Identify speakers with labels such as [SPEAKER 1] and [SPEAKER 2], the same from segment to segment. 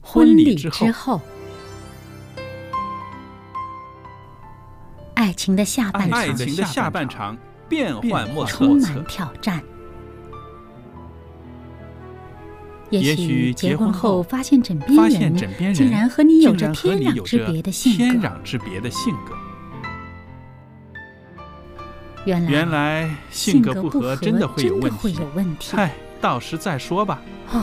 [SPEAKER 1] 婚
[SPEAKER 2] 礼
[SPEAKER 1] 礼
[SPEAKER 2] 之
[SPEAKER 1] 之
[SPEAKER 2] 后，
[SPEAKER 1] 后，爱情的下半
[SPEAKER 2] 爱
[SPEAKER 1] 场
[SPEAKER 2] 情的下半场变幻莫测，
[SPEAKER 1] 充满挑战。
[SPEAKER 2] 也
[SPEAKER 1] 也
[SPEAKER 2] 许
[SPEAKER 1] 许
[SPEAKER 2] 结
[SPEAKER 1] 结
[SPEAKER 2] 婚
[SPEAKER 1] 婚
[SPEAKER 2] 后
[SPEAKER 1] 后发现枕边
[SPEAKER 2] 发现
[SPEAKER 1] 人
[SPEAKER 2] 枕边人
[SPEAKER 1] 竟然和你有着
[SPEAKER 2] 竟
[SPEAKER 1] 天
[SPEAKER 2] 然和你
[SPEAKER 1] 壤
[SPEAKER 2] 有
[SPEAKER 1] 之
[SPEAKER 2] 着
[SPEAKER 1] 别的性
[SPEAKER 2] 天
[SPEAKER 1] 格。
[SPEAKER 2] 壤之别的性格。
[SPEAKER 1] 原来
[SPEAKER 2] 原来性
[SPEAKER 1] 性
[SPEAKER 2] 格
[SPEAKER 1] 格
[SPEAKER 2] 不
[SPEAKER 1] 不合
[SPEAKER 2] 合真的会有问
[SPEAKER 1] 会
[SPEAKER 2] 题
[SPEAKER 1] 有。问题
[SPEAKER 2] 嗨，到时再说吧。
[SPEAKER 1] 哦。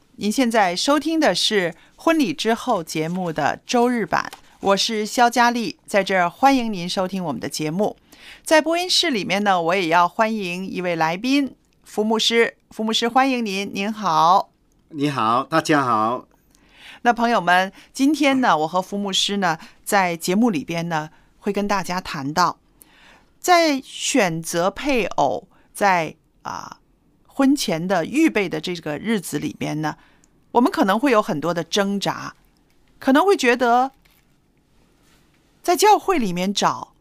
[SPEAKER 3] 您现在收听的是《婚礼之后》节目的周日版，我是肖佳丽，在这儿欢迎您收听我们的节目。在播音室里面呢，我也要欢迎一位来宾，福牧师。福牧师，欢迎您，您好。
[SPEAKER 4] 你好，大家好。
[SPEAKER 3] 那朋友们，今天呢，我和福牧师呢，在节目里边呢，会跟大家谈到，在选择配偶，在啊、婚前的预备的这个日子里边呢，我们可能会有很多的挣扎，可能会觉得在教会里面找，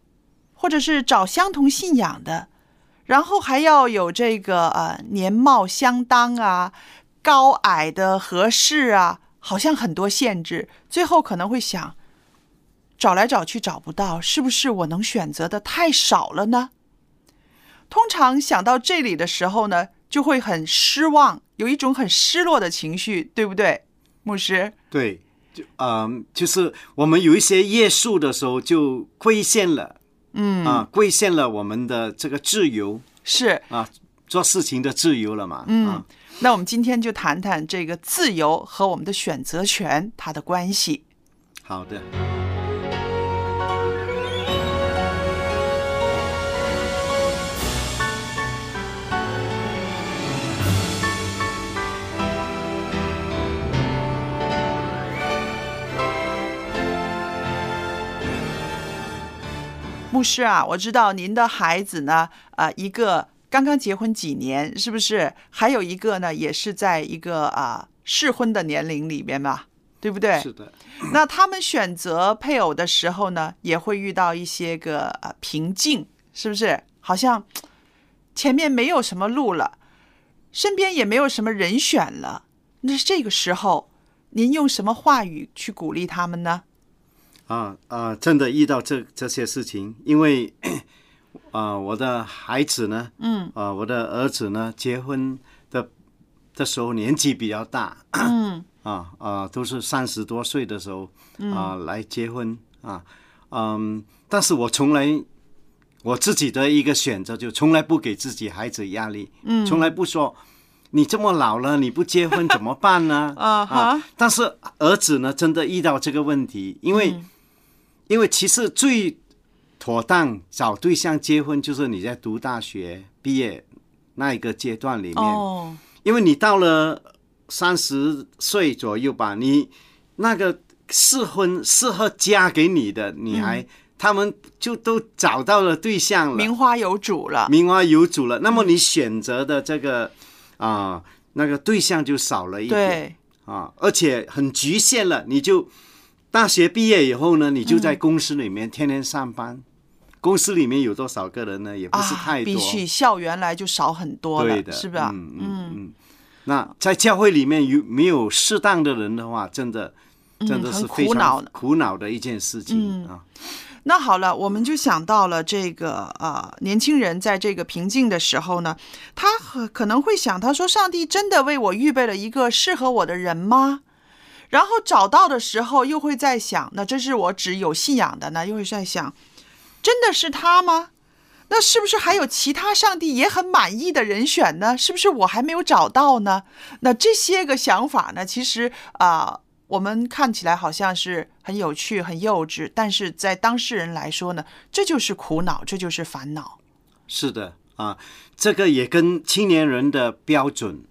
[SPEAKER 3] 或者是找相同信仰的，然后还要有这个呃年貌相当啊、高矮的合适啊，好像很多限制，最后可能会想。找来找去找不到，是不是我能选择的太少了呢？通常想到这里的时候呢，就会很失望，有一种很失落的情绪，对不对，牧师？
[SPEAKER 4] 对，就嗯，就是我们有一些约束的时候，就规限了，嗯啊，规限了我们的这个自由
[SPEAKER 3] 是。
[SPEAKER 4] 啊，做事情的自由了嘛。
[SPEAKER 3] 嗯
[SPEAKER 4] 啊、
[SPEAKER 3] 那我们今天就谈谈这个自由和我们的选择权它的关系。
[SPEAKER 4] 好的，
[SPEAKER 3] 牧师啊，我知道您的孩子呢，啊，一个刚刚结婚几年，是不是？还有一个呢，也是在一个啊、适婚的年龄里面吧，对不对？
[SPEAKER 4] 是的，
[SPEAKER 3] 那他们选择配偶的时候呢，也会遇到一些个呃瓶颈，是不是？好像嘖前面没有什么路了，身边也没有什么人选了。那这个时候，您用什么话语去鼓励他们呢？
[SPEAKER 4] 啊啊，真的遇到这这些事情，因为啊，我的孩子呢，嗯，啊，我的儿子呢，结婚的的时候年纪比较大，
[SPEAKER 3] 嗯
[SPEAKER 4] 啊啊，都是三十多岁的时候啊、来结婚啊，嗯，但是我从来我自己的一个选择就从来不给自己孩子压力，嗯，从来不说你这么老了你不结婚怎么办 呢？
[SPEAKER 3] 啊哈
[SPEAKER 4] 啊，但是儿子呢真的遇到这个问题，因为、
[SPEAKER 3] 嗯
[SPEAKER 4] 因为其实最妥当找对象结婚就是你在读大学毕业那一个阶段里面，
[SPEAKER 3] 哦，
[SPEAKER 4] 因为你到了三十岁左右吧，你那个适婚适合嫁给你的女孩，她们就都找到了对象
[SPEAKER 3] 嗯名
[SPEAKER 4] 了，
[SPEAKER 3] 花嗯有主了。
[SPEAKER 4] 名花有主了。那么你选择的这个啊、那个对象就少了一点
[SPEAKER 3] 对，
[SPEAKER 4] 啊，而且很局限了。你就大学毕业以后呢，你就在公司里面天天上班，公司里面有多少个人呢？也不是
[SPEAKER 3] 啊，
[SPEAKER 4] 太多，
[SPEAKER 3] 比起校园来就少很多
[SPEAKER 4] 对
[SPEAKER 3] 了，
[SPEAKER 4] 的，
[SPEAKER 3] 是吧？
[SPEAKER 4] 嗯嗯嗯。那在教会里面有没有适当的人的话，真的真的
[SPEAKER 3] 嗯很
[SPEAKER 4] 是
[SPEAKER 3] 苦
[SPEAKER 4] 非常
[SPEAKER 3] 恼的嗯
[SPEAKER 4] 苦恼的一件事情啊。
[SPEAKER 3] 那好了，我们就想到了这个呃，年轻人在这个平静的时候呢，他很可能会想，他说：“上帝真的为我预备了一个适合我的人吗？”然后找到的时候，又会在想，那这是我指有信仰的呢，又会在想，真的是他吗？那是不是还有其他上帝也很满意的人选呢？是不是我还没有找到呢？那这些个想法呢，其实啊、我们看起来好像是很有趣、很幼稚，但是在当事人来说呢，这就是苦恼，这就是烦恼。
[SPEAKER 4] 是的啊，这个也跟青年人的标准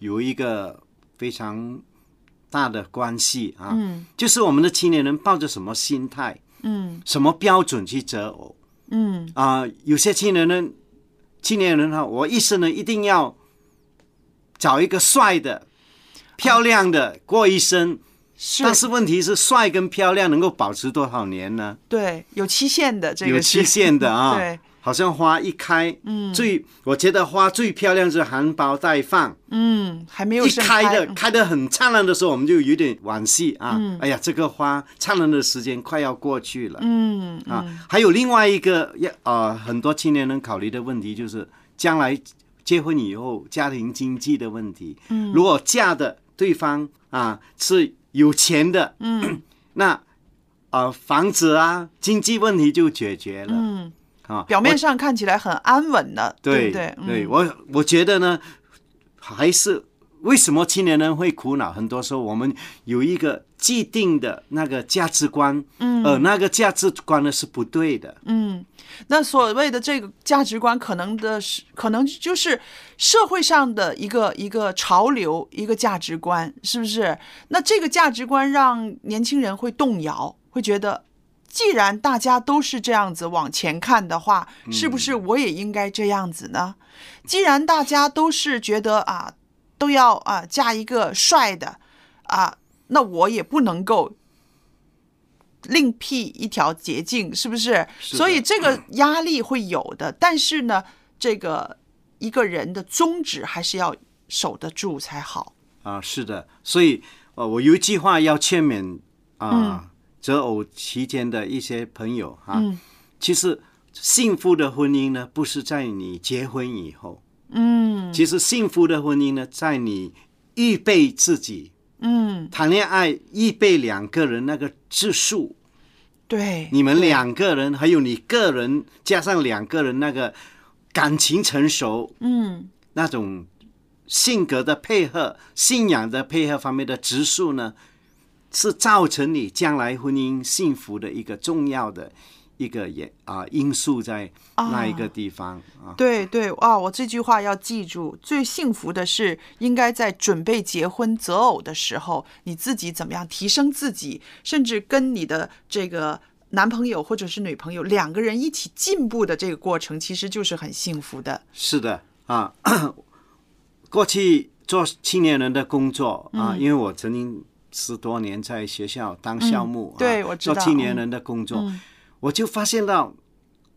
[SPEAKER 4] 有一个非常大的关系啊。嗯，就是我们的青年人抱着什么心态，嗯，什么标准去择偶，嗯啊、有些青年人，青年人哈，我一生呢一定要找一个帅的、漂亮的过一生。
[SPEAKER 3] 是
[SPEAKER 4] 但是问题是，帅跟漂亮能够保持多少年呢？
[SPEAKER 3] 对，有期限的，这个
[SPEAKER 4] 有
[SPEAKER 3] 是
[SPEAKER 4] 期限的 啊。
[SPEAKER 3] 对，
[SPEAKER 4] 好像花一开，嗯，最我觉得花最漂亮是含苞待放，
[SPEAKER 3] 嗯，还没有
[SPEAKER 4] 一
[SPEAKER 3] 盛
[SPEAKER 4] 开的
[SPEAKER 3] 嗯
[SPEAKER 4] 开的很灿烂的时候，我们就有点惋惜啊。哎呀，这个花灿烂的时间快要过去了。
[SPEAKER 3] 嗯
[SPEAKER 4] 啊，还有另外一个要呃，很多青年人考虑的问题就是将来结婚以后家庭经济的问题。嗯，如果嫁的对方啊是有钱的，嗯， 那啊、呃房子啊经济问题就解决了。嗯，啊，
[SPEAKER 3] 表面
[SPEAKER 4] 我
[SPEAKER 3] 上看起来很安稳的，
[SPEAKER 4] 对
[SPEAKER 3] 不对？嗯
[SPEAKER 4] 我我觉得呢，还是为什么青年人会苦恼？很多时候我们有一个既定的那个价值观，嗯，呃，那个价值观呢是不对的。
[SPEAKER 3] 那所谓的这个价值观，可能的是，可能就是社会上的一个一个潮流，一个价值观，是不是？那这个价值观让年轻人会动摇，会觉得，既然大家都是这样子往前看的话，
[SPEAKER 4] 嗯
[SPEAKER 3] 是不是我也应该这样子呢？既然大家都是觉得啊，都要啊嫁一个帅的，啊，那我也不能够另辟一条捷径，是不是？
[SPEAKER 4] 是的
[SPEAKER 3] 所以这个压力会有的，但是呢，这个一个人的宗旨还是要守得住才好。
[SPEAKER 4] 啊，是的，所以呃，我有一句话要劝勉啊，择偶期间的一些朋友哈、其实幸福的婚姻呢，不是在你结婚以后，嗯，其实幸福的婚姻呢，在你预备自己，嗯，谈恋爱预备两个人那个质数，
[SPEAKER 3] 对，
[SPEAKER 4] 你们两个人还有你个人加上两个人那个感情成熟，
[SPEAKER 3] 嗯，
[SPEAKER 4] 那种性格的配合、信仰的配合方面的植树呢，是造成你将来婚姻幸福的一个重要的一个也啊、因素在那一个地方啊。
[SPEAKER 3] 对对啊，我这句话要记住。最幸福的是，应该在准备结婚择偶的时候，你自己怎么样提升自己，甚至跟你的这个男朋友或者是女朋友两个人一起进步的这个过程，其实就是很幸福的。
[SPEAKER 4] 是的啊， 过去做青年人的工作
[SPEAKER 3] 嗯
[SPEAKER 4] 啊，因为我曾经十多年在学校当校牧，
[SPEAKER 3] 嗯
[SPEAKER 4] 啊
[SPEAKER 3] 对我知道嗯
[SPEAKER 4] 做青年人的工作，我就发现到，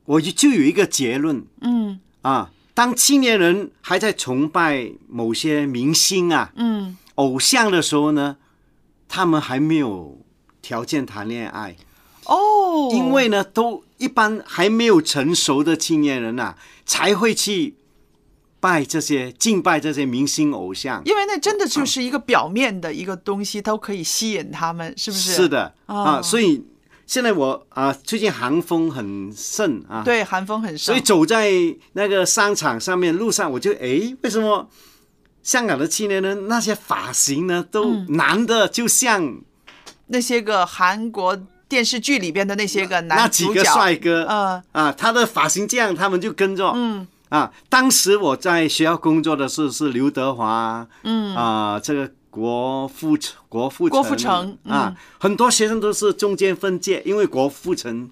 [SPEAKER 4] 我就就有一个结论，嗯啊，当青年人还在崇拜某些明星啊、
[SPEAKER 3] 嗯，
[SPEAKER 4] 偶像的时候呢，他们还没有条件谈恋爱。
[SPEAKER 3] 哦，
[SPEAKER 4] 因为呢，都一般还没有成熟的青年人呐、啊才会去拜这些敬拜这些明星偶像，
[SPEAKER 3] 因为那真的就是一个表面的一个东西，都可以吸引他们，是不是？
[SPEAKER 4] 是，的、
[SPEAKER 3] 哦
[SPEAKER 4] 啊，所以现在我啊，最近韩风很盛啊，，
[SPEAKER 3] 对，韩风很
[SPEAKER 4] 所
[SPEAKER 3] 盛
[SPEAKER 4] 以。走在那个商场上面路上，我就诶，为什么香港的青年人那些发型呢，都
[SPEAKER 3] 嗯
[SPEAKER 4] 男的就像
[SPEAKER 3] 那些个韩国电视剧里边的那些个
[SPEAKER 4] 那
[SPEAKER 3] 男
[SPEAKER 4] 几
[SPEAKER 3] 主
[SPEAKER 4] 个
[SPEAKER 3] 角，
[SPEAKER 4] 帅哥，
[SPEAKER 3] 嗯
[SPEAKER 4] 啊，他的发型这样，他们就跟着。嗯啊，当时我在学校工作的是是刘德华，嗯啊，这个国富城国富
[SPEAKER 3] 郭富城嗯
[SPEAKER 4] 啊，很多学生都是中间分界，因为国富城。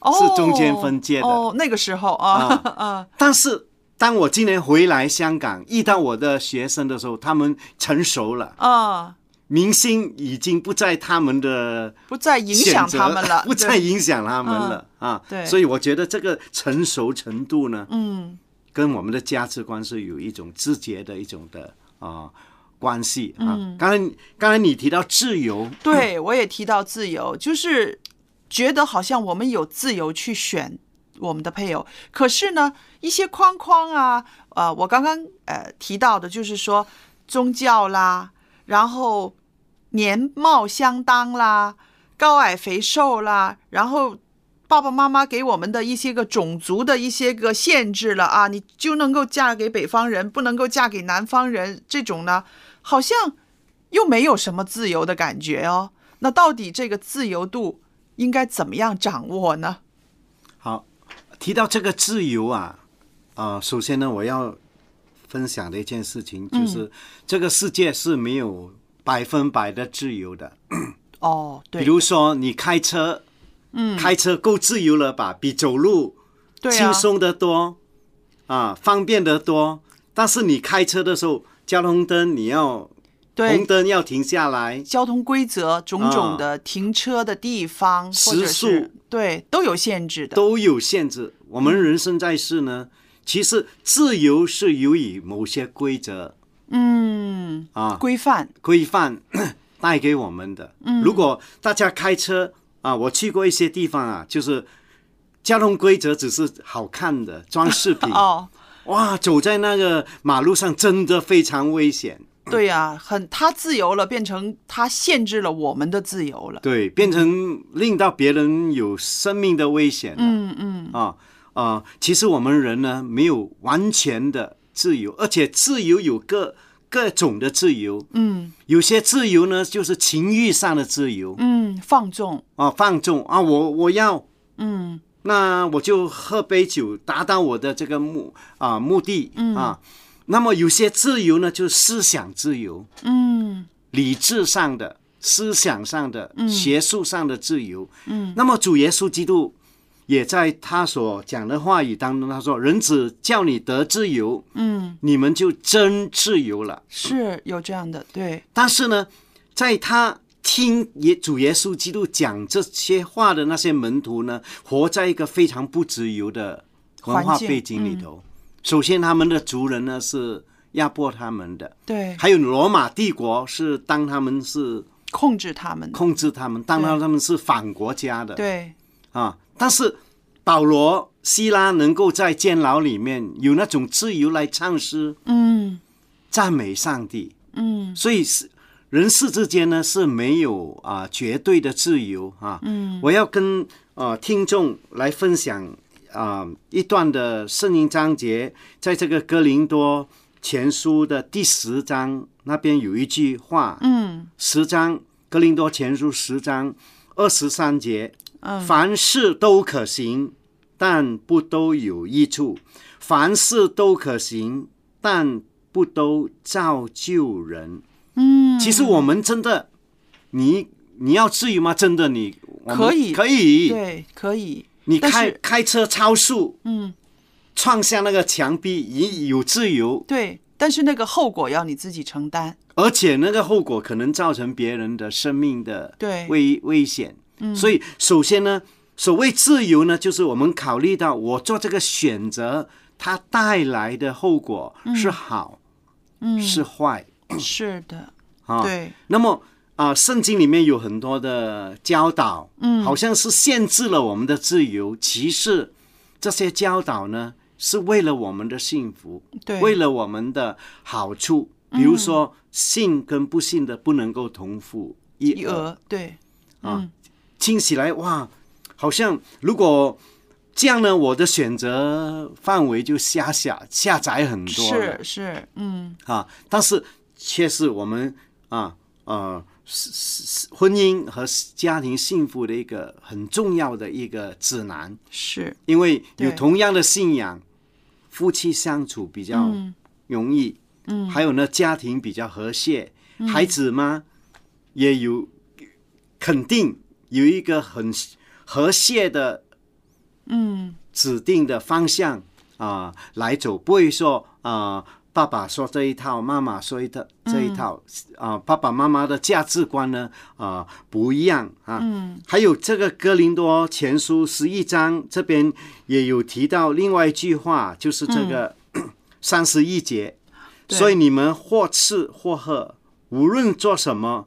[SPEAKER 3] 哦，
[SPEAKER 4] 是中间分界的
[SPEAKER 3] 哦，那个时候啊，啊，
[SPEAKER 4] 但是当我今年回来香港，遇到我的学生的时候，他们成熟了，
[SPEAKER 3] 啊，
[SPEAKER 4] 明星已经不在他们的
[SPEAKER 3] 不再影响他们
[SPEAKER 4] 选
[SPEAKER 3] 了
[SPEAKER 4] 择， 不再
[SPEAKER 3] 对嗯
[SPEAKER 4] 影响他们了、啊。
[SPEAKER 3] 对
[SPEAKER 4] 所以我觉得这个成熟程度呢，嗯，跟我们的价值观是有一种直接的一种的啊、关
[SPEAKER 3] 嗯
[SPEAKER 4] 系啊。刚才刚才你提到自由，
[SPEAKER 3] 对，我也提到自由，就是觉得好像我们有自由去选我们的配偶，可是呢，一些框框啊，呃，我刚刚呃提到的，就是说宗教啦，然后年貌相当啦，高矮肥瘦啦，然后爸爸妈妈给我们的一些个种族的一些个限制了啊，你就能够嫁给北方人，不能够嫁给南方人，这种呢，好像又没有什么自由的感觉哦。那到底这个自由度应该怎么样掌握呢？
[SPEAKER 4] 好，提到这个自由啊，啊、首先呢，我要分享的一件事情
[SPEAKER 3] 嗯
[SPEAKER 4] 就是，这个世界是没有百分百的自由的。
[SPEAKER 3] 哦，对，
[SPEAKER 4] 比如说你开车，嗯，开车够自由了吧？比走路
[SPEAKER 3] 对啊
[SPEAKER 4] 轻，松得多啊，方便得多。但是你开车的时候，交通灯你要红
[SPEAKER 3] 对
[SPEAKER 4] 灯要停下来，
[SPEAKER 3] 交通规则、种种的停车的地方，或者
[SPEAKER 4] 时速
[SPEAKER 3] 是对都有限制的。
[SPEAKER 4] 都有限制。我们人生在世呢，其实自由是由于某些规则
[SPEAKER 3] 嗯，
[SPEAKER 4] 啊
[SPEAKER 3] 规范
[SPEAKER 4] 规范 带给我们的。
[SPEAKER 3] 嗯
[SPEAKER 4] 如果大家开车啊，我去过一些地方啊，就是交通规则只是好看的装饰品，
[SPEAKER 3] 哦，
[SPEAKER 4] 哇，走在那个马路上真的非常危险。
[SPEAKER 3] 对呀、很他自由了，变成他限制了我们的自由了。
[SPEAKER 4] 对，变成令到别人有生命的危险了。嗯嗯啊啊、其实我们人呢没有完全的自由，而且自由有各各种的自由。
[SPEAKER 3] 嗯
[SPEAKER 4] 有些自由呢就是情欲上的自由
[SPEAKER 3] 嗯，放纵，
[SPEAKER 4] 啊，放纵啊，我我要，
[SPEAKER 3] 嗯
[SPEAKER 4] 那我就喝杯酒达到我的这个目啊目的啊。那么有些自由呢就是思想自由，
[SPEAKER 3] 嗯
[SPEAKER 4] 理智上的、思想上的、学术上的自由。嗯，那么主耶稣基督也在他所讲的话语当中，他说：“人子叫你得自由，
[SPEAKER 3] 嗯，
[SPEAKER 4] 你们就真自由了。
[SPEAKER 3] 是有这样的，对”
[SPEAKER 4] 但是呢，在他听耶主耶稣基督讲这些话的那些门徒呢，活在一个非常不自由的文化
[SPEAKER 3] 环境嗯
[SPEAKER 4] 背景里头。首先，他们的族人呢是压迫他们的，
[SPEAKER 3] 对，
[SPEAKER 4] 还有罗马帝国是当他们是
[SPEAKER 3] 控制他们的，
[SPEAKER 4] 控制他们，当然他们是反国家的，
[SPEAKER 3] 对，
[SPEAKER 4] 啊。但是保罗、希拉能够在监牢里面有那种自由来唱诗、
[SPEAKER 3] 嗯
[SPEAKER 4] 赞美上帝，
[SPEAKER 3] 嗯
[SPEAKER 4] 所以是人世之间呢是没有啊绝对的自由啊。
[SPEAKER 3] 嗯，
[SPEAKER 4] 我要跟呃听众来分享啊、一段的圣经章节，在这个哥林多前书的第十章那边有一句话，
[SPEAKER 3] 嗯
[SPEAKER 4] 十章《格林多前书》十章二十三节，
[SPEAKER 3] 嗯
[SPEAKER 4] 凡事都可行，但不都有益处；凡事都可行，但不都造就人。
[SPEAKER 3] 嗯，
[SPEAKER 4] 其实我们真的，你你要至于吗？真的你我们
[SPEAKER 3] 可以
[SPEAKER 4] 可以，
[SPEAKER 3] 对，可以，
[SPEAKER 4] 你
[SPEAKER 3] 但
[SPEAKER 4] 开
[SPEAKER 3] 是
[SPEAKER 4] 开车超速，
[SPEAKER 3] 嗯
[SPEAKER 4] 撞向那个墙壁，也有自由，
[SPEAKER 3] 对，但是那个后果要你自己承担，
[SPEAKER 4] 而且那个后果可能造成别人的生命的
[SPEAKER 3] 对嗯
[SPEAKER 4] 危危险。所以首先呢，所谓自由呢，就是我们考虑到我做这个选择，它带来的后果是好，
[SPEAKER 3] 嗯
[SPEAKER 4] 是坏
[SPEAKER 3] 是的，
[SPEAKER 4] 啊。。
[SPEAKER 3] 对，
[SPEAKER 4] 那么啊、圣经里面有很多的教导，嗯，好像是限制了我们的自由，其实这些教导呢，是为了我们的幸福，
[SPEAKER 3] 对嗯
[SPEAKER 4] 为了我们的好处。比如说，信跟不信的不能够同父一
[SPEAKER 3] 一
[SPEAKER 4] 额。
[SPEAKER 3] 额，对，
[SPEAKER 4] 啊
[SPEAKER 3] 嗯
[SPEAKER 4] 听起来哇，好像如果这样呢，我的选择范围就下下下窄很多了
[SPEAKER 3] 是是，嗯
[SPEAKER 4] 啊。但是却是我们啊呃是是婚姻和家庭幸福的一个很重要的一个指南，
[SPEAKER 3] 是，
[SPEAKER 4] 因为有
[SPEAKER 3] 对
[SPEAKER 4] 同样的信仰，夫妻相处比较
[SPEAKER 3] 嗯
[SPEAKER 4] 容易，嗯，还有呢家庭比较和谐，
[SPEAKER 3] 嗯
[SPEAKER 4] 孩子嘛也有肯定有一个很和谐的
[SPEAKER 3] 嗯
[SPEAKER 4] 指定的方向啊、来走，不会说啊、爸爸说这一套，妈妈说一套
[SPEAKER 3] 嗯
[SPEAKER 4] 这一套啊、爸爸妈妈的价值观呢啊、不一样啊。
[SPEAKER 3] 嗯
[SPEAKER 4] 还有这个哥林多前书十一章这边也有提到另外一句话，就是这个三十一节，
[SPEAKER 3] 嗯对
[SPEAKER 4] 所以你们或吃或喝，无论做什么，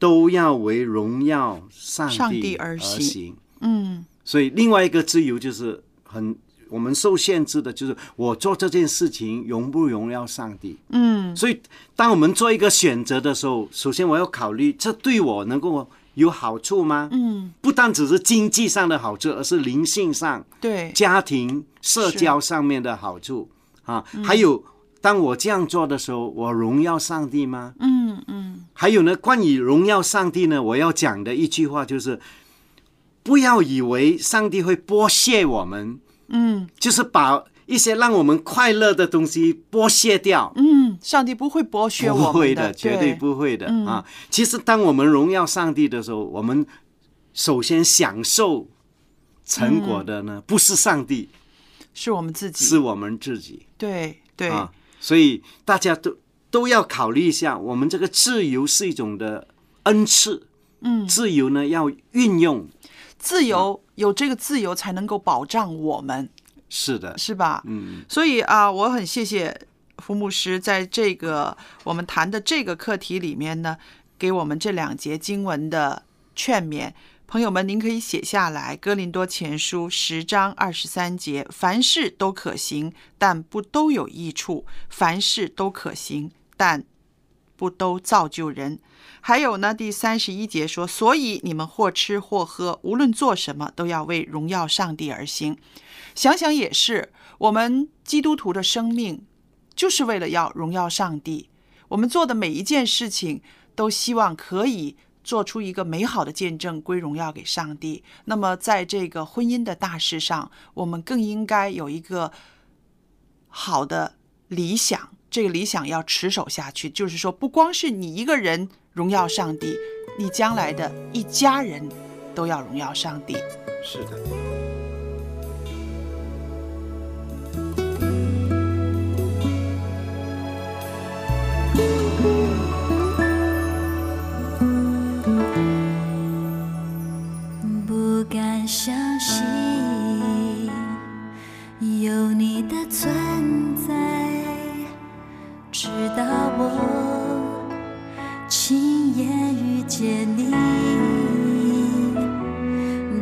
[SPEAKER 4] 都要为荣耀上
[SPEAKER 3] 上帝
[SPEAKER 4] 而
[SPEAKER 3] 而行
[SPEAKER 4] 行。
[SPEAKER 3] 嗯
[SPEAKER 4] 所以另外一个自由就是很我们受限制的，就是我做这件事情荣不荣耀上帝。
[SPEAKER 3] 嗯
[SPEAKER 4] 所以当我们做一个选择的时候，首先我要考虑这对我能够有好处吗？
[SPEAKER 3] 嗯，
[SPEAKER 4] 不单只是经济上的好处，而是灵性上、
[SPEAKER 3] 对，
[SPEAKER 4] 家庭、社交上面的好处啊。
[SPEAKER 3] 嗯
[SPEAKER 4] 还有，当我这样做的时候，我荣耀上帝吗？
[SPEAKER 3] 嗯嗯
[SPEAKER 4] 还有呢，关于荣耀上帝呢，我要讲的一句话就是：不要以为上帝会剥削我们，
[SPEAKER 3] 嗯
[SPEAKER 4] 就是把一些让我们快乐的东西剥削掉。
[SPEAKER 3] 嗯，上帝不会剥削我
[SPEAKER 4] 不会
[SPEAKER 3] 们
[SPEAKER 4] 的，绝
[SPEAKER 3] 对嗯
[SPEAKER 4] 对不会的、啊！其实，当我们荣耀上帝的时候，我们首先享受成果的呢，不是上帝，
[SPEAKER 3] 是我们嗯自己，
[SPEAKER 4] 是我们自己
[SPEAKER 3] 对对、
[SPEAKER 4] 啊！所以大家都都要考虑一下，我们这个自由是一种的恩赐，
[SPEAKER 3] 嗯，
[SPEAKER 4] 自由呢要运用，
[SPEAKER 3] 自由
[SPEAKER 4] 啊
[SPEAKER 3] 有这个自由才能够保障我们，
[SPEAKER 4] 是的，
[SPEAKER 3] 是吧？
[SPEAKER 4] 嗯，
[SPEAKER 3] 所以啊，我很谢谢福牧师在这个我们谈的这个课题里面呢，给我们这两节经文的劝勉。朋友们，您可以写下来，《哥林多前书》十章二十三节：凡事都可行，但不都有益处；凡事都可行，但不都造就人。还有呢，第三十一节说：所以你们或吃或喝，无论做什么，都要为荣耀上帝而行。想想也是，我们基督徒的生命就是为了要荣耀上帝。我们做的每一件事情，都希望可以做出一个美好的见证，归荣耀给上帝。那么，在这个婚姻的大事上，我们更应该有一个好的理想，这个理想要持守下去。就是说，不光是你一个人荣耀上帝，你将来的一家人都要荣耀上帝。
[SPEAKER 4] 是的。
[SPEAKER 5] 不敢相信有你的存在，直到我亲眼遇见你，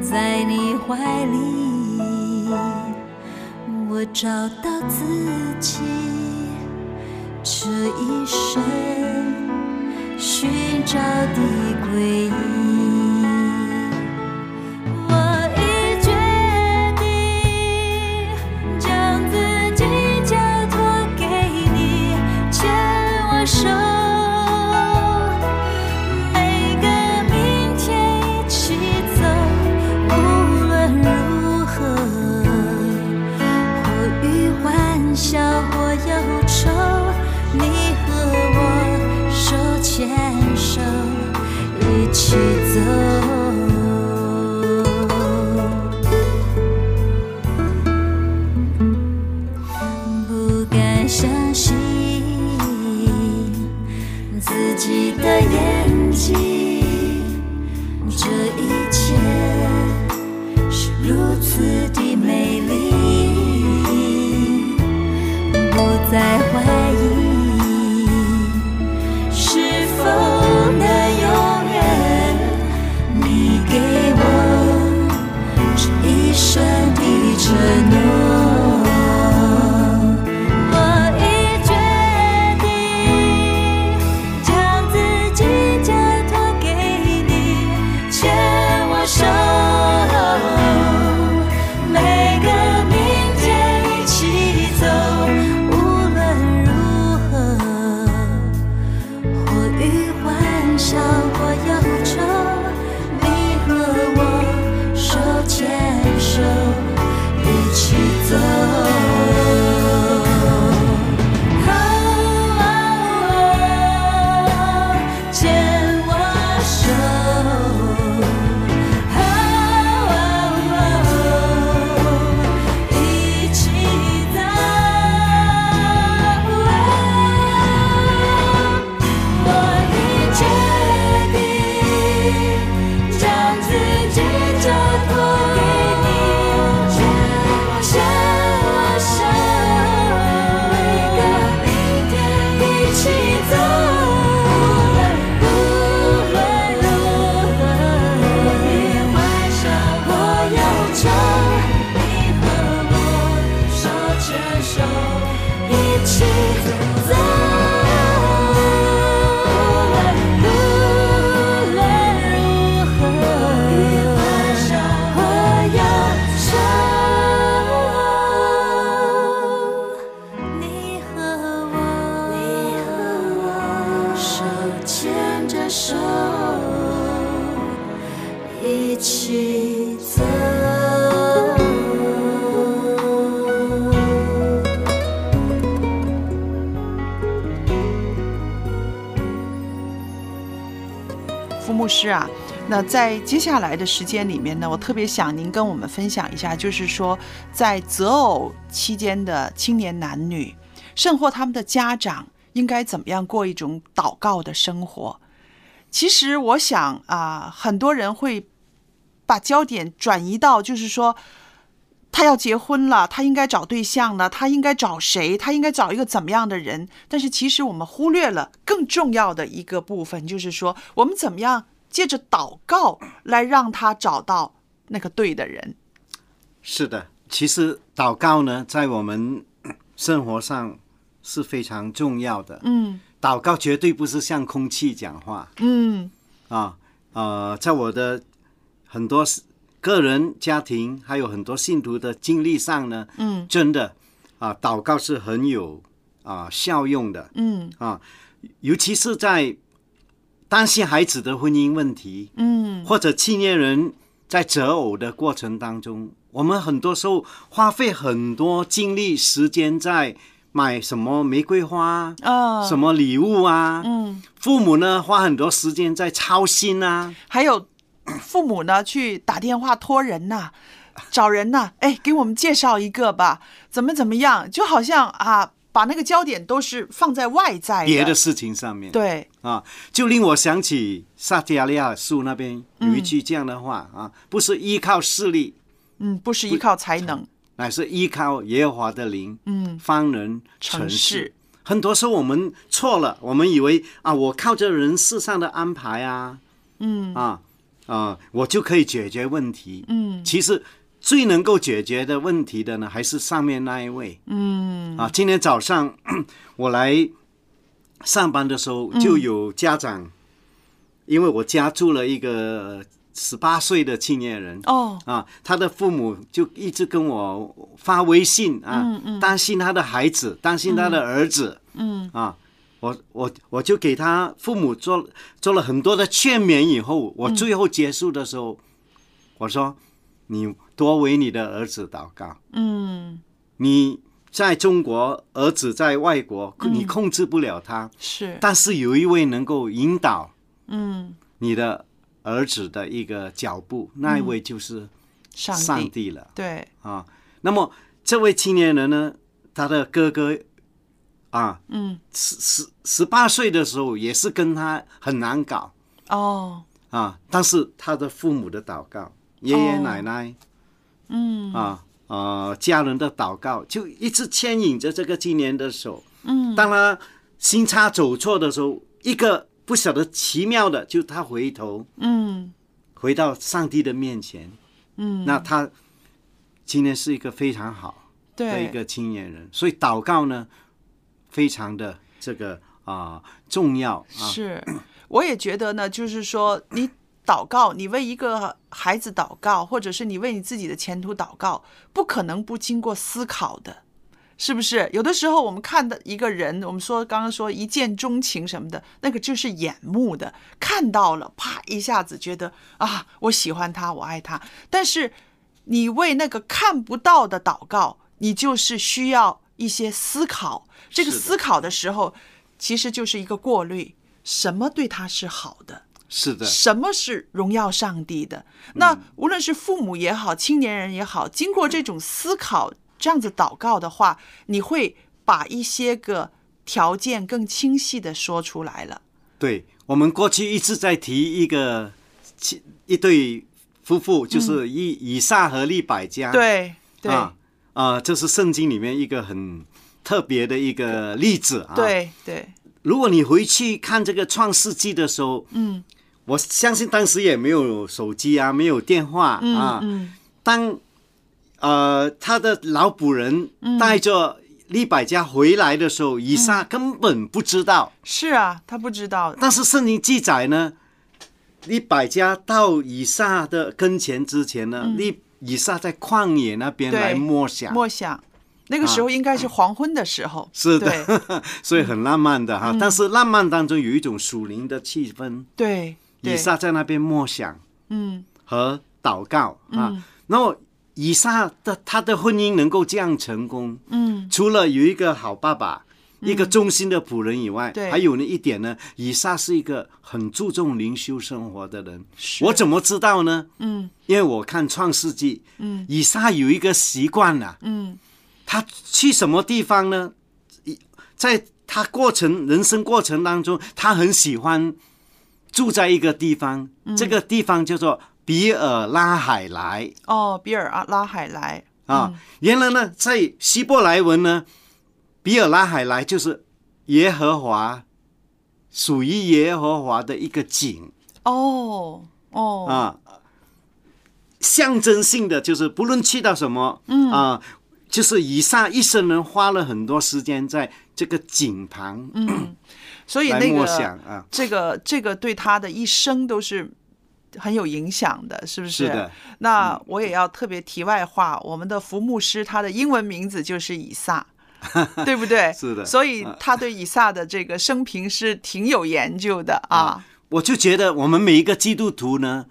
[SPEAKER 5] 在你怀里，我找到自己，这一生寻找的归依。我已决定将自己交托给你，牵我手，每个明天一起走。无论如何，或与欢笑或忧愁，你和我手牵手，一起走。不敢相信自己的眼睛，这一切是如此的美丽，不再怀疑是否能永远。你给我这一生的承诺，我已决定将自己交托给你，牵我手，每个明天一起走，无论如何。或与欢笑，或忧愁，你和我手牵手，一起走。哦哦哦牵我手，哦哦哦一起走。我已决定牵着手，一起走。
[SPEAKER 3] 傅牧师啊，那在接下来的时间里面呢，我特别想您跟我们分享一下，就是说在择偶期间的青年男女，甚或他们的家长应该怎么样过一种祷告的生活。其实我想啊、很多人会把焦点转移到，就是说他要结婚了，他应该找对象了，他应该找谁，他应该找一个怎么样的人？但是其实我们忽略了更重要的一个部分，就是说我们怎么样借着祷告来让他找到那个对的人。
[SPEAKER 4] 是的，其实祷告呢，在我们 生活上是非常重要的。
[SPEAKER 3] 嗯
[SPEAKER 4] 祷告绝对不是向空气讲话
[SPEAKER 3] 嗯
[SPEAKER 4] 啊，呃，在我的很多个人、家庭，还有很多信徒的经历上呢，
[SPEAKER 3] 嗯
[SPEAKER 4] 真的啊，祷告是很有啊效用的
[SPEAKER 3] 嗯
[SPEAKER 4] 啊，尤其是在担心孩子的婚姻问题，
[SPEAKER 3] 嗯
[SPEAKER 4] 或者青年人在择偶的过程当中，我们很多时候花费很多精力、时间在买什么玫瑰花、
[SPEAKER 3] 啊
[SPEAKER 4] 什么礼物啊，
[SPEAKER 3] 嗯，
[SPEAKER 4] 父母呢花很多时间在操心啊，
[SPEAKER 3] 还有父母呢去打电话托人呐、找人呐、哎，给我们介绍一个吧，怎么怎么样？就好像啊，把那个焦点都是放在外在
[SPEAKER 4] 别的事情上面。
[SPEAKER 3] 哎对，
[SPEAKER 4] 啊，就令我想起撒加利亚书那边有一句这样的话、啊，不是依靠势力，
[SPEAKER 3] 嗯，不是依靠才能，
[SPEAKER 4] 乃是依靠耶和华的灵，
[SPEAKER 3] 嗯，
[SPEAKER 4] 方能
[SPEAKER 3] 成
[SPEAKER 4] 成
[SPEAKER 3] 事
[SPEAKER 4] 事。很多时候我们错了，我们以为啊，我靠着人世上的安排啊，嗯啊啊，我就可以解决问题。
[SPEAKER 3] 嗯
[SPEAKER 4] 其实最能够解决的问题的呢，还是上面那一位。
[SPEAKER 3] 嗯
[SPEAKER 4] 啊，今天早上 我来上班的时候，就有家长，因为我家住了一个十八岁的青年人。
[SPEAKER 3] 哦，
[SPEAKER 4] 啊，他的父母就一直跟我发微信啊，担心他的孩子，担心他的儿子，
[SPEAKER 3] 嗯
[SPEAKER 4] 啊，我我我就给他父母做做了很多的劝勉，以
[SPEAKER 3] 嗯
[SPEAKER 4] 后我最后结束的时候，我说，你多为你的儿子祷告，
[SPEAKER 3] 嗯，
[SPEAKER 4] 你在中国，儿子在外国，
[SPEAKER 3] 嗯
[SPEAKER 4] 你控制不了他，
[SPEAKER 3] 是，
[SPEAKER 4] 但是有一位能够引导
[SPEAKER 3] 嗯，
[SPEAKER 4] 你的儿子的一个脚步，那一位就是
[SPEAKER 3] 嗯上帝，
[SPEAKER 4] 上帝了
[SPEAKER 3] 对，
[SPEAKER 4] 啊。那么这位青年人呢，他的哥哥啊，
[SPEAKER 3] 嗯，
[SPEAKER 4] 十十十八岁的时候也是跟他很难搞
[SPEAKER 3] 哦，
[SPEAKER 4] 啊，但是他的父母的祷告，爷爷
[SPEAKER 3] 哦
[SPEAKER 4] 奶奶、
[SPEAKER 3] 嗯
[SPEAKER 4] 啊呃家人的祷告，就一直牵引着这个青年的手。
[SPEAKER 3] 嗯
[SPEAKER 4] 当他行差走错的时候，一个不晓得奇妙的，就他回头
[SPEAKER 3] 嗯
[SPEAKER 4] 回到上帝的面前。
[SPEAKER 3] 嗯，
[SPEAKER 4] 那他今天是一个非常好的一
[SPEAKER 3] 对，
[SPEAKER 4] 个青年人，所以祷告呢，非常的这个啊、重要啊。
[SPEAKER 3] 是，我也觉得呢，就是说你祷告，你为一个孩子祷告，或者是你为你自己的前途祷告，不可能不经过思考的。是不是有的时候我们看的一个人，我们说刚刚说一见钟情什么的，那个就是眼目的，看到了，啪一下子觉得啊，我喜欢他，我爱他。但是你为那个看不到的祷告，你就是需要一些思考。这个
[SPEAKER 4] 是的
[SPEAKER 3] 思考的时候，其实就是一个过滤，什么对他是好的，
[SPEAKER 4] 是的，
[SPEAKER 3] 什么是荣耀上帝的？
[SPEAKER 4] 嗯
[SPEAKER 3] 那无论是父母也好，青年人也好，经过这种思考，这样子祷告的话，你会把一些个条件更清晰的说出来了。
[SPEAKER 4] 对我们过去一直在提一个一对夫妇，就是以、以撒和利百加。
[SPEAKER 3] 嗯对对、
[SPEAKER 4] 啊啊，这是圣经里面一个很特别的一个例子啊。，
[SPEAKER 3] 对对，
[SPEAKER 4] 如果你回去看这个创世纪的时候，
[SPEAKER 3] 嗯
[SPEAKER 4] 我相信当时也没有手机啊，没有电话啊。
[SPEAKER 3] 嗯
[SPEAKER 4] 当呃他的老仆人
[SPEAKER 3] 嗯
[SPEAKER 4] 带着利百加回来的时候，以撒根本不知道。
[SPEAKER 3] 是啊，他不知道，
[SPEAKER 4] 但是圣经记载呢，利百加到以撒的跟前之前呢，利、以撒在旷野那边
[SPEAKER 3] 嗯对
[SPEAKER 4] 来默想啊
[SPEAKER 3] 默想，那个时候应该是黄昏的时候，
[SPEAKER 4] 是
[SPEAKER 3] 对
[SPEAKER 4] 的，所以很浪漫的
[SPEAKER 3] 嗯
[SPEAKER 4] 哈。但是浪漫当中有一种属灵的气氛，
[SPEAKER 3] 对
[SPEAKER 4] 以
[SPEAKER 3] 对，
[SPEAKER 4] 撒在那边默想
[SPEAKER 3] 嗯
[SPEAKER 4] 和祷告啊。然后以撒的他的婚姻能够这样成功，
[SPEAKER 3] 嗯，
[SPEAKER 4] 除了有一个好爸爸。一个忠心的仆人以外，
[SPEAKER 3] 对
[SPEAKER 4] 还有呢一点呢，以撒是一个很注重灵修生活的人。
[SPEAKER 3] 是
[SPEAKER 4] 我怎么知道呢？
[SPEAKER 3] 嗯
[SPEAKER 4] 因为我看《创世纪》，
[SPEAKER 3] 嗯
[SPEAKER 4] 以撒有一个习惯啊呐、
[SPEAKER 3] 嗯
[SPEAKER 4] 他去什么地方呢？在他过程人生过程当中，他很喜欢住在一个地方，这个地方叫做比尔拉海莱
[SPEAKER 3] 哦，比尔阿拉海莱
[SPEAKER 4] 啊。原来呢，在希伯来文呢，比尔拉海莱就是耶和华，属于耶和华的一个井
[SPEAKER 3] 哦哦
[SPEAKER 4] 啊。象征性的就是，不论去到什么，嗯啊，就是以上一生人花了很多时间在这个井旁
[SPEAKER 3] 所以
[SPEAKER 4] 来
[SPEAKER 3] 那
[SPEAKER 4] 默
[SPEAKER 3] 个
[SPEAKER 4] 想啊。
[SPEAKER 3] 这个这个对他的一生都是很有影响的，是不是？
[SPEAKER 4] 是的。
[SPEAKER 3] 那我也要特别题外话，我们的福牧师他的英文名字就是以 撒。对不对？
[SPEAKER 4] 是的
[SPEAKER 3] 所以
[SPEAKER 4] 啊
[SPEAKER 3] 他对以撒的这个生平是挺有研究的啊。
[SPEAKER 4] 我就觉得我们每一个基督徒呢，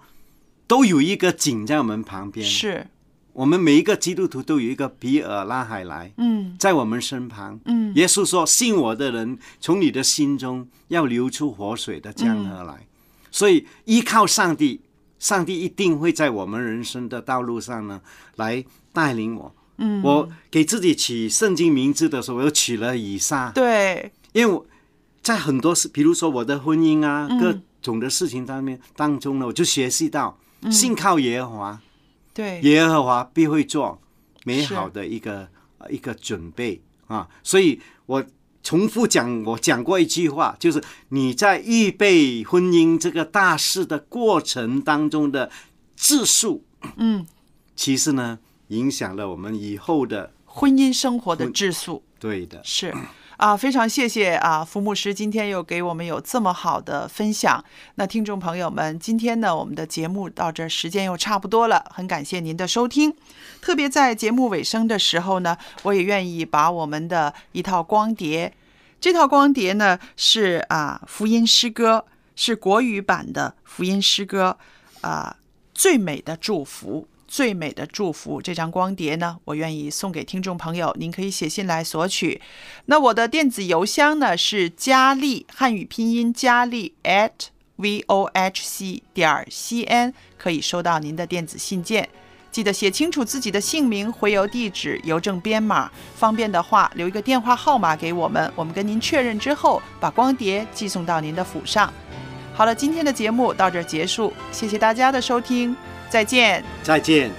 [SPEAKER 4] 都有一个井在我们旁边，
[SPEAKER 3] 是，
[SPEAKER 4] 我们每一个基督徒都有一个比尔拉海莱
[SPEAKER 3] 嗯
[SPEAKER 4] 在我们身旁。
[SPEAKER 3] 嗯
[SPEAKER 4] 耶稣说：“信我的人，从你的心中要流出活水的江河来。
[SPEAKER 3] 嗯
[SPEAKER 4] 所以依靠上帝，上帝一定会在我们人生的道路上呢，来带领我。
[SPEAKER 3] 嗯，
[SPEAKER 4] 我给自己取圣经名字的时候，我又取了以撒，
[SPEAKER 3] 对，
[SPEAKER 4] 因为我在很多事，比如说我的婚姻啊，
[SPEAKER 3] 嗯
[SPEAKER 4] 各种的事情上面当中呢，我就学习到，
[SPEAKER 3] 嗯
[SPEAKER 4] 信靠耶和华，
[SPEAKER 3] 对，
[SPEAKER 4] 耶和华必会做美
[SPEAKER 3] 是
[SPEAKER 4] 好的一个呃一个准备啊。所以我重复讲，我讲过一句话，就是你在预备婚姻这个大事的过程当中的质数，
[SPEAKER 3] 嗯，
[SPEAKER 4] 其实呢，影响了我们以后的
[SPEAKER 3] 婚姻生活的质素
[SPEAKER 4] 对的。
[SPEAKER 3] 是。啊，非常谢谢啊，福牧师今天又给我们有这么好的分享。那听众朋友们，今天呢，我们的节目到这儿时间又差不多了，很感谢您的收听。特别在节目尾声的时候呢，我也愿意把我们的一套光碟，这套光碟呢是啊福音诗歌，是国语版的福音诗歌，啊最美的祝福。最美的祝福这张光碟呢，我愿意送给听众朋友，您可以写信来索取。那我的电子邮箱呢是佳丽汉语拼音佳丽 at v o h c 点儿 c n，可以收到您的电子信件。记得写清楚自己的姓名、回邮地址、邮政编码，方便的话留一个电话号码给我们，我们跟您确认之后，把光碟寄送到您的府上。好了，今天的节目到这儿结束，谢谢大家的收听，再见。
[SPEAKER 4] 再见。